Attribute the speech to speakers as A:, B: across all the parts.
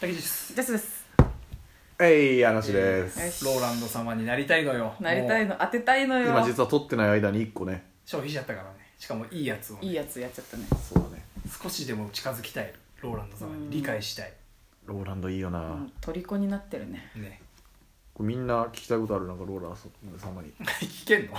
A: たけしです
B: ジャスです
C: えい、話です、
B: よし
A: ローランド様になりたいのよ
B: なりたい
A: もう
B: の当てたいのよ
C: 今実は撮ってない間に1個ね
A: 消費しちゃったからねしかもいいやつをね、
B: いいやつやっちゃったね
C: そうだね
A: 少しでも近づきたいローランド様
B: う
A: に
B: ん
A: 理解したい
C: ローランドいいよな、
B: うん虜になってるね
A: ね
C: これみんな聞きたいことあるなんかローランド様に
A: 聞けん の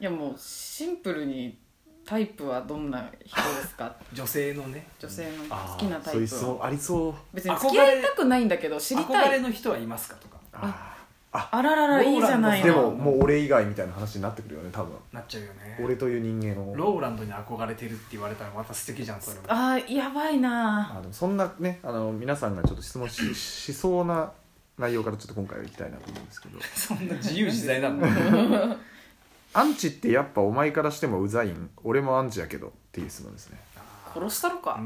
B: いやもうシンプルにタイプはどんな人です か
A: 女性のね
B: 女性の
C: あー
B: 好きなタ
C: そうい
B: イ
C: う質
B: プは
C: 問ありそう
B: 別に付き合いたくないんだけど知り
A: 憧
B: た
A: れ
B: い
A: の人はいますかとか
C: あ
B: あらららいいじゃない
C: ー
B: の
C: で
A: ローランド
C: ももう俺以外みたいな話になってくるよね多分
A: なっちゃうよね
C: 俺という人間を
A: ローランドに憧れてるって言われたらまた素敵じゃんそれも
B: あーやばいな
C: あでもそんなねあの皆さんがちょっと質問ししそうな内容からちょっと今回はいきたいなと思うんですけど
A: そんな自由自在なの
C: アンチってやっぱお前からしてもうざいん俺もアンチやけどっていう質問ですね
B: 殺したろか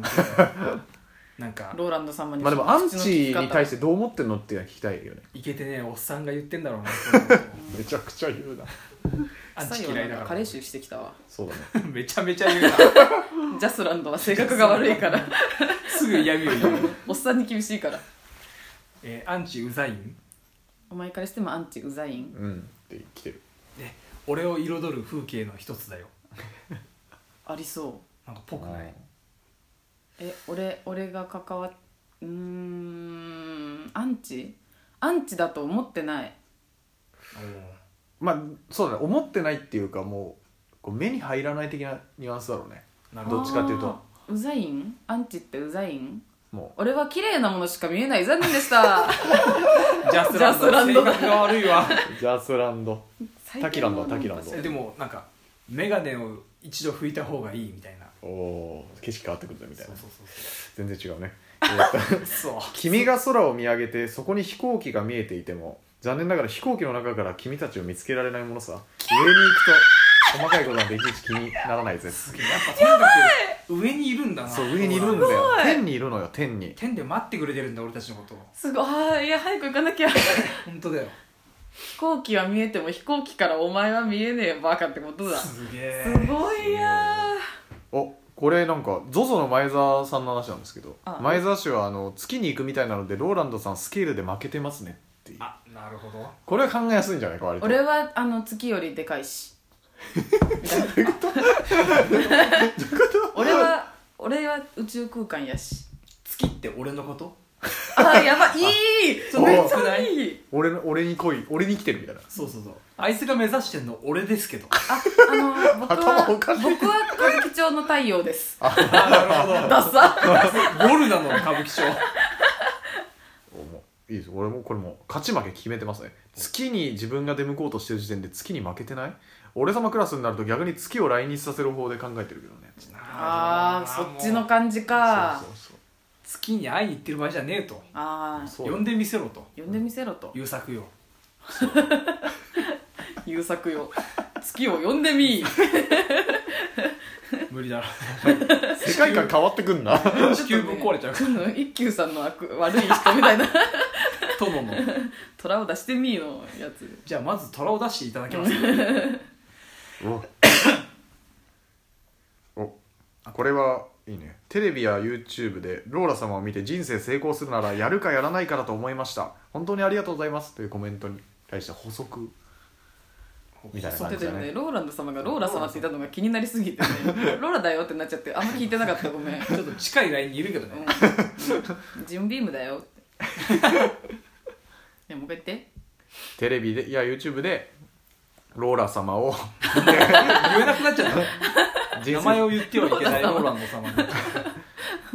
A: なんか
B: ローランド様に
C: まあでもアンチに対しててどう思ってんのっていうのは聞きたいよね
A: イケてねえおっさんが言ってんだろうなそういうこと
C: めちゃくちゃ言うな
A: アンチ嫌いだか
B: 彼
A: ら
B: 氏してきたわ
C: そうだね
A: めちゃめちゃ言う な
B: ジャスランドは性格が悪い から
A: すぐ嫌味を言う、
B: おっさんに厳しいから
A: えーアンチうざいん
B: お前からしてもアンチうざいん
C: うんって来てる
A: ね俺を彩る風景の一つだよ
B: ありそう
A: なんかぽくない
B: え俺俺が関わっうーんアンチアンチだと思ってない
C: まあそうだね思ってないっていうかもうこう目に入らない的なニュアンスだろうね
A: おーなるほど
C: どっちかっていうと
B: あーうざいんアンチってうざいん
C: も
B: 俺は綺麗なものしか見えない残念でした
A: ジャスランドの
B: ジャスラン
A: 性
B: ド
A: 格
B: だ
A: が悪いわ
C: うジャスランドタキランドはタキランド
A: でもなんか眼鏡を一度拭いた方がいいみたいな
C: おおー景色変わってくるんだみたいな
A: そうそう
C: 全然違うね えーっと
A: そうそう
C: 君が空を見上げてそこに飛行機が見えていても残念ながら飛行機の中から君たちを見つけられないものさ上に行くと細かいことなんていちいち気にならないぜ
A: すげえやっぱとにかく上にいるんだな
C: そう上にいるんだよ天にいるのよ天に
A: 天で待ってくれてるんだ俺たちのことを
B: すごいあーいや早く行かなきゃ飛
A: 本当だよ
B: 行機は見えても飛行機からお前は見えねえバカってことだす
A: すげえ
B: ごいや
C: おこれなんか ZOZO の前澤さんの話なんですけど
B: あ
C: 前澤氏はあの月に行くみたいなのでローランドさんスケールで負けてますねっていう
A: あなるほど
C: これは考えやすいんじゃないか割
B: ー
C: と
B: 俺はあの月よりでかいし俺は俺は宇宙空間やし
A: 月って俺のこと
B: あーやばいいい
A: そう
B: めっちゃいい
C: 俺の俺に来い俺に来てるみたいな
A: そうそうそうあいつが目指してんの俺ですけど
B: ああの僕は
C: 頭おかしい
B: 僕は歌舞伎町の太陽です
A: あな
B: ダサ
A: るほど夜なの歌舞伎町
C: おもういいです俺もこれもう勝ち負け決めてますね月に自分が出向こうとしてる時点で月に負けてない俺様クラスになると逆に月を来日させる方で考えてるけどね
B: あーそっちの感じか
C: そうそう
A: 月に会いに行ってる場合じゃねえと
B: ああ
C: そう
A: 呼んでみせろと
B: 呼んでみせろと
A: 優作よ
B: 優作よ月を呼んでみ
A: 無 理だ
C: そう世界観変わってくんな
A: ろ地球ぶっ壊れちゃうか
B: うん一休さんの悪悪い人みたいな
A: ら殿の
B: 虎を出してみーのやつ
A: じゃあまず虎を出していただきます
C: おおこれはいいねテレビや YouTube でローラ様を見て人生成功するならやるかやらないかだと思いました本当にありがとうございますというコメントに対して補足みたいな感
B: で
C: じだ
B: もね
C: ね
B: ローランド様がローラ様って言ったのが気になりすぎてね ローラだよってなっちゃってあんま聞いてなかったごめん、うん
A: ちょっと近いラインにいるけどね
B: うんジンビームだよって でもう一回言って
C: テレビでいや YouTube でローラ様を
A: 言えなくなっちゃった
C: 人
A: 名前
C: 生
A: を言ってはいけないローランド様に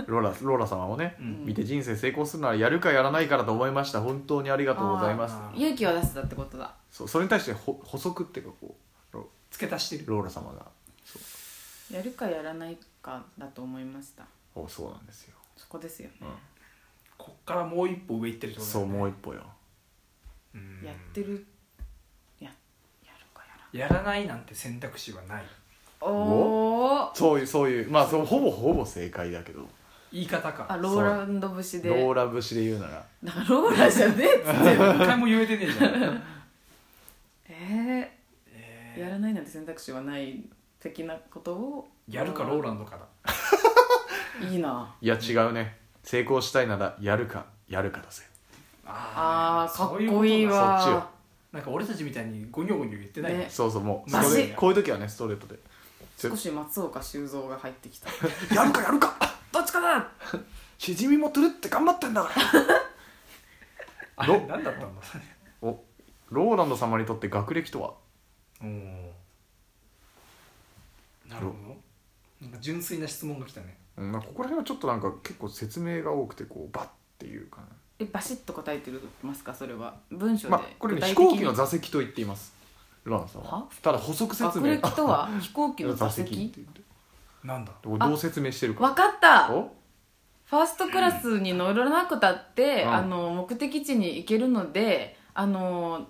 C: ローラローラ様をね、
A: うん
C: 見て人生成功するならやるかやらないからと思いました本当にありがとうございます
A: あー
B: 勇気を出せたってことだ
C: そうそれに対してほ補足っていうかこうロ
A: 付け足してる
C: ローラ様がそう
B: やるかやらないかだと思いました
C: おそうなんですよ、
B: そこですよね、
C: う
A: こっからもう一歩上行ってるって
C: ん、
A: こと
C: そうもう
A: う
C: 一歩よ
A: ん
B: やってるややるかやらない
A: やらないなんて選択肢はない
B: おお
C: そういうそういうまあそうほぼほぼ正解だけど
A: 言い方
B: あ
A: か
B: ローランド節で
C: ローラ節で言うなら
B: だからローラじゃねえっつって
A: 一 回も言えてねえじゃ ん
B: え
A: え
B: ー、やらないなんて選択肢はない的なことを
A: ーやるかローランドかだ
B: いいない
C: や違うね成功したいならやるかやるからぜ
B: あーかっ
A: そううと
B: こいいわ
C: そっちよ
A: なんか俺たちみたいにゴニョゴニョ言ってない、
B: ね
C: そうそうもう
A: マジ
C: それこういう時はねストレー トで
B: 少し松岡修造が入ってきた
C: やるかやるか
B: どっちかだ
C: しじみも取るって頑張ってんだから
A: あれ
C: ど
A: 何だったんだ
C: おローランド様にとって学歴とは
A: おなるほどなんか純粋な質問が来たね
C: うんなんかここら辺はちょっとなんか結構説明が多くてこうバッっていうかな
B: えバシッと答えてますかそれは文章で、
C: まあこれね飛
B: 具体
C: 行
B: 的
C: 機
B: に
C: の座席と言っていますローランド様
B: は
C: ただ補足説
B: 学
C: 明
B: 歴と は飛行機の座
C: 座席っ
B: 席
C: て言って
A: なんだ
C: どうどう説明してるか
B: わかったフ
C: お
B: ァーストクラスに乗らなくたって、
C: うん
B: あの目的地に行けるのであの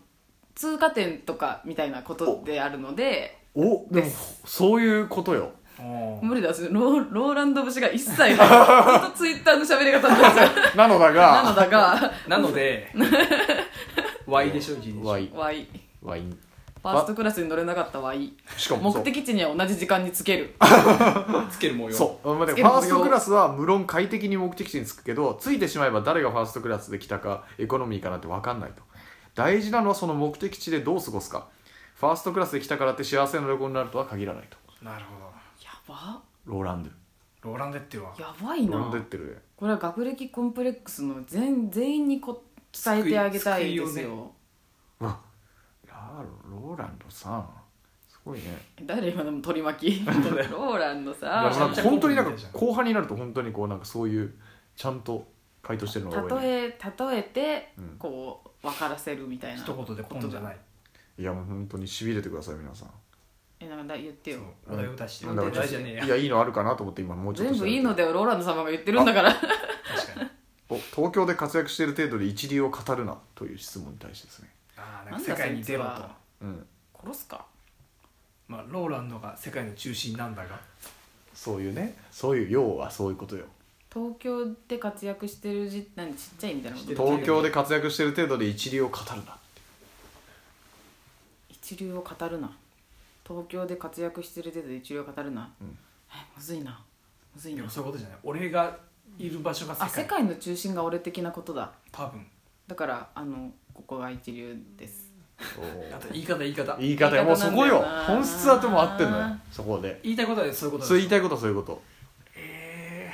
B: 通過点とかみたいなことであるので
C: おでもそういうことよ
A: おー
B: 無理だしローローランド節が一切ないほんとツイッターの喋り方なんですよ
C: なのだが
B: なのだが
A: なの で Y でしょ G でしょ
C: ワイ
B: Y
C: ワイン
B: ファーストクラスに乗れなかった Y
C: しかもそ
B: 目
C: う
B: 的地には同じ時間につける
A: つける模様
C: そう、まあ、で
B: つけ
C: も
B: る
C: ファーストクラスは無論快適に目的地に着くけど着いてしまえば誰がファーストクラスで来たかエコノミーかなんて分かんないと大事なのはその目的地でどう過ごすかファーストクラスで来たからって幸せな旅行になるとは限らないと
A: なるほど
B: やば
C: ローランド
A: ローランデっては
B: やばい
C: ローランド言
B: な
C: ってるね
B: これは学歴コンプレックスの全全員にこ伝えてあげたいで
A: 救
B: す
A: い救い
B: よ、
C: うわラローランドさんすごいね
B: 誰今でも取り巻きローランの
C: いや
A: ー
C: な
B: さ
C: んか本当になんか
A: めっちゃ
C: 後半になると本当にこうなんかそういうちゃんと回答してるのが多いね、
B: 例え例えて
C: うん
B: こう分からせるみたいな
A: 一言でポンじゃない
C: いやもう本当にしびれてください皆さん
B: えなんかだ言ってよ
A: そうお題を出して
C: な
A: お
C: んだろう
A: 題じゃねえや
C: いやいいのあるかなと思って今もうちょっと
B: 全部いい
C: 調べ
B: の
C: て
B: だよローランド様が言ってるんだから
A: 確かに
C: お東京で活躍している程度で一流を語るなという質問に対してですね、
A: ああなんか世界に出ろと
B: なんだそいつは
C: うん、
B: 殺すか
A: まあローランドが世界の中心なんだが
C: そういうねそういう要はそういうことよ
B: 東京で活躍してるじ何ちっちゃいみたいなこ
A: してる
B: と
C: 東京で活躍している程度で一流を語るなって
B: 一流を語るな東京で活躍してる程度で一流を語るな、
C: うん
B: えむずいなむずい
A: で
B: な
A: もそういうことじゃない俺がいる場所が世
B: あ
A: 界
B: 世界の中心が俺的なことだ
A: 多分
B: だからあのここが一流です
A: あと言い方言い方
C: 言い方よもうそこ
B: 言い
C: よ
B: 方なんだよな
C: 本質はとも合ってんのよそこで
A: 言いたいことはそういうこと
C: そう
A: で
C: 言いたいことはそういうこと
A: え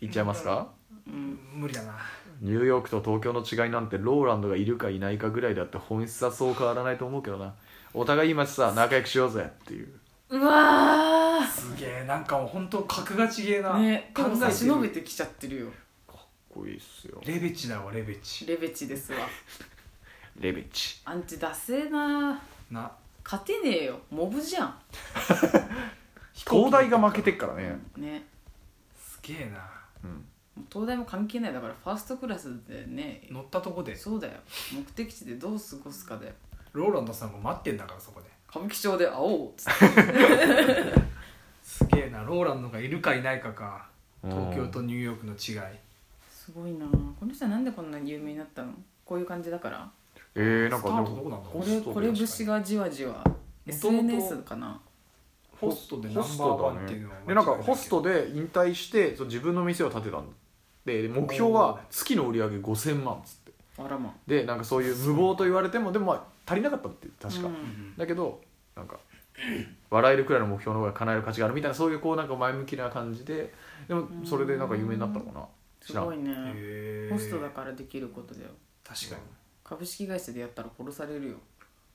C: 言っちゃいますか
B: うん
A: ー無理だな
C: ニューヨークと東京の違いなんてローランドがいるかいないかぐらいだって本質はそう変わらないと思うけどなお互い今さ仲良くしようぜっていう
B: うわ
A: すげえなんかもう本当格が違えな、
B: ーね
A: 考
B: 考え
A: えて
B: 忍べ
A: る
B: てきちゃってるよ
C: かっこいいっすよ
A: レベチだわレベチ
B: レベチですわ
C: レベチ
B: アンチダセーな
A: な
B: 勝てねえよモブじゃん
C: 東大が負けてっからね
B: ね
A: すげえな
C: うん
B: 東大も関係ないだからファーストクラスでね
A: 乗ったとこで
B: そうだよ目的地でどう過ごすかで
A: ローランドさんも待ってんだからそこで
B: 歌舞伎町で会おうっつって
A: すげえなローランドがいるかいないかか
C: うん
A: 東京とニューヨークの違い
B: すごいなこの人はなんでこんなに有名になったのこういう感じだから
C: えー、なんか
A: スタートどこなんだ
B: こ
A: ろう
B: れこれ節がじわじわ
A: 元々
B: SNS かな
A: ホストでナンバーワンっていうのは
C: でなんかホストで引退してその自分の店を建てたんだでで目標は月の売り上げ5000万っつって
B: あらま
C: でなんかそういう無謀と言われてもでもまあ足りなかったって確か、
B: うん
A: うん
C: だけどなんか笑えるくらいの目標の方が叶える価値があるみたいなそういうこうなんか前向きな感じででもそれでなんか有名になったのかな
B: す
C: 知らん
B: ごいね
A: へえ
B: ホストだからできることだよ
A: 確かに
B: 株式会社でやったら殺されるよ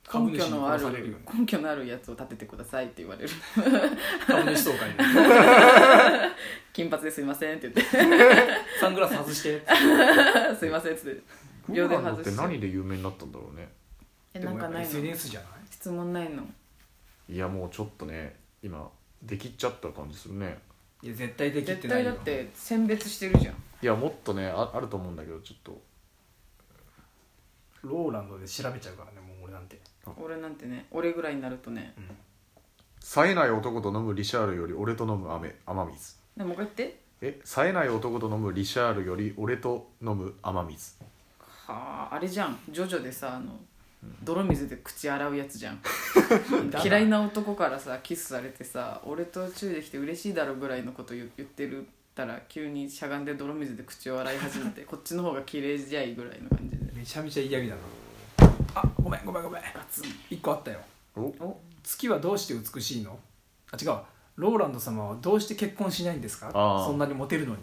A: 株
B: 根
A: 主
B: 拠
A: に
B: のあ
A: 殺
B: る
A: されるよね
B: 根拠のあるやつを立ててくださいって言われる
A: 株主総会で
B: 金髪ですいませんって言って
A: サングラス外して
B: すいませんっつって
C: ロ
B: 秒
C: ー
B: で
C: ランド
B: 外
C: って
B: して
C: 何で有名になったんだろうね
B: え
A: で
B: なん
A: もや
B: か
A: っぱ
B: ないの
A: SNS じゃない
B: 質問ないの
C: いやもうちょっとね今できちゃった感じするね
A: いや絶対でき
B: 絶
A: てな
B: 対
A: い
B: だ
A: よ
B: って選別してるじゃん
C: いやもっとねああると思うんだけどちょっと
A: ローランドで調べちゃうからねもう俺なんて
B: 俺なんてね俺ぐらいになるとね
A: うん
C: 冴えない男と飲むリシャールより俺と飲む雨雨水
B: でもう一回言って
C: え冴えない男と飲むリシャールより俺と飲む雨水
B: はああれじゃんジョジョでさあの泥水で口洗うやつ じゃん嫌いな男からさキスされてさ俺とチューできて嬉しいだろぐらいのこと言言ってるたら急にしゃがんで泥水で口を洗い始 めてこっちの方が綺麗試合ぐらいの感じで
A: めちゃめちゃ嫌味だなあごめんごめんごめん
B: ガツン
A: 一個あったよ
C: お
B: お
A: 月はどうして美しいのあ違うわローランド様はどうして結婚しないんですか
C: あー
A: そんなにモテるのに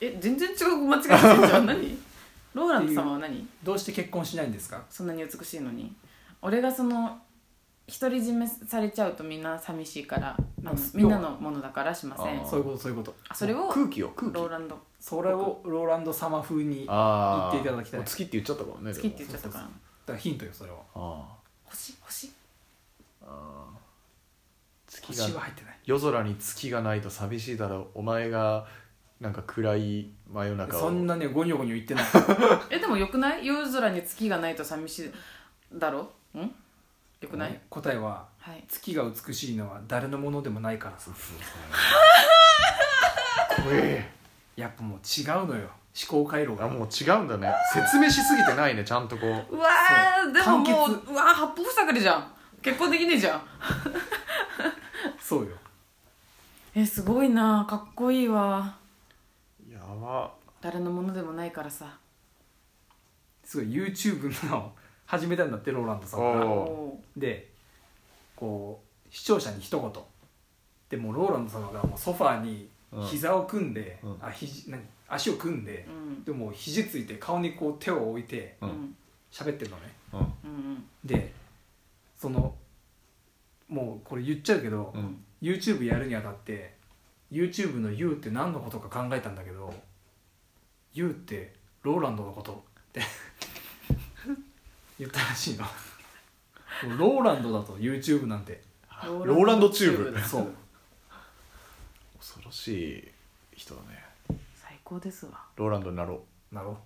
B: え全然違う間違えてんじゃ ん何ローランド様は何
A: どうして結婚しないんですか
B: そんなに美しいのに俺がその独り占めされちゃうとみんな寂しいからあの
A: あ
B: みんなのものだからしません
C: あー
A: そういうことそういうこと
B: あそれを
C: 空気を空気
B: ローランド
A: それをローランド様風にだか
C: ああ
A: 言っていただきたい
C: もう月って言っちゃったからね
B: 好きって言っちゃったから
A: らヒントよそれは
C: あ
B: 星星
C: ーあー月
A: 星は
C: が
A: 入ってない
C: 夜空に月がないと寂しいだろうお前がなんか暗い真夜中を
A: そんなねゴニョゴニョ言 ってない
B: えでもよくない夜空に月がないと寂しいだろんよくない、
A: 答えは
B: はい
A: 月が美しいのは誰のものでもないからさ
C: 怖え
A: やっぱもう違うのよ思考回路が
C: あもう違うんだね説明しすぎてないねちゃんとこう
B: うわーでもも
A: 完
B: ううわー八方塞がりじゃん結婚できねえじゃん
A: そうよ
B: えすごいなかっこいいわ
C: やば
B: 誰のものでもないからさ
A: すごい YouTube の始めたんだってローランドさんが
C: おう
B: お
A: でこう視聴者に一言でもうローランド様がもうソファーに膝を組んで、
C: うん
A: あ肘何足を組んで
B: う、ん
A: でもう肘ついて顔にこう手を置いて
B: う
C: うんん
A: 喋ってるのね
C: うん
B: うんうん
A: でそのもうこれ言っちゃうけど、
C: うん
A: YouTube やるにあたって YouTube の U って何のことか考えたんだけど U ってローランドのことって 言ったら しいのもうローランドだと YouTube なんて
C: ローランドチューブ
B: だ
A: そう
C: 恐ろしい人だね
B: 最高ですわ
C: ローランドになろ
A: なろ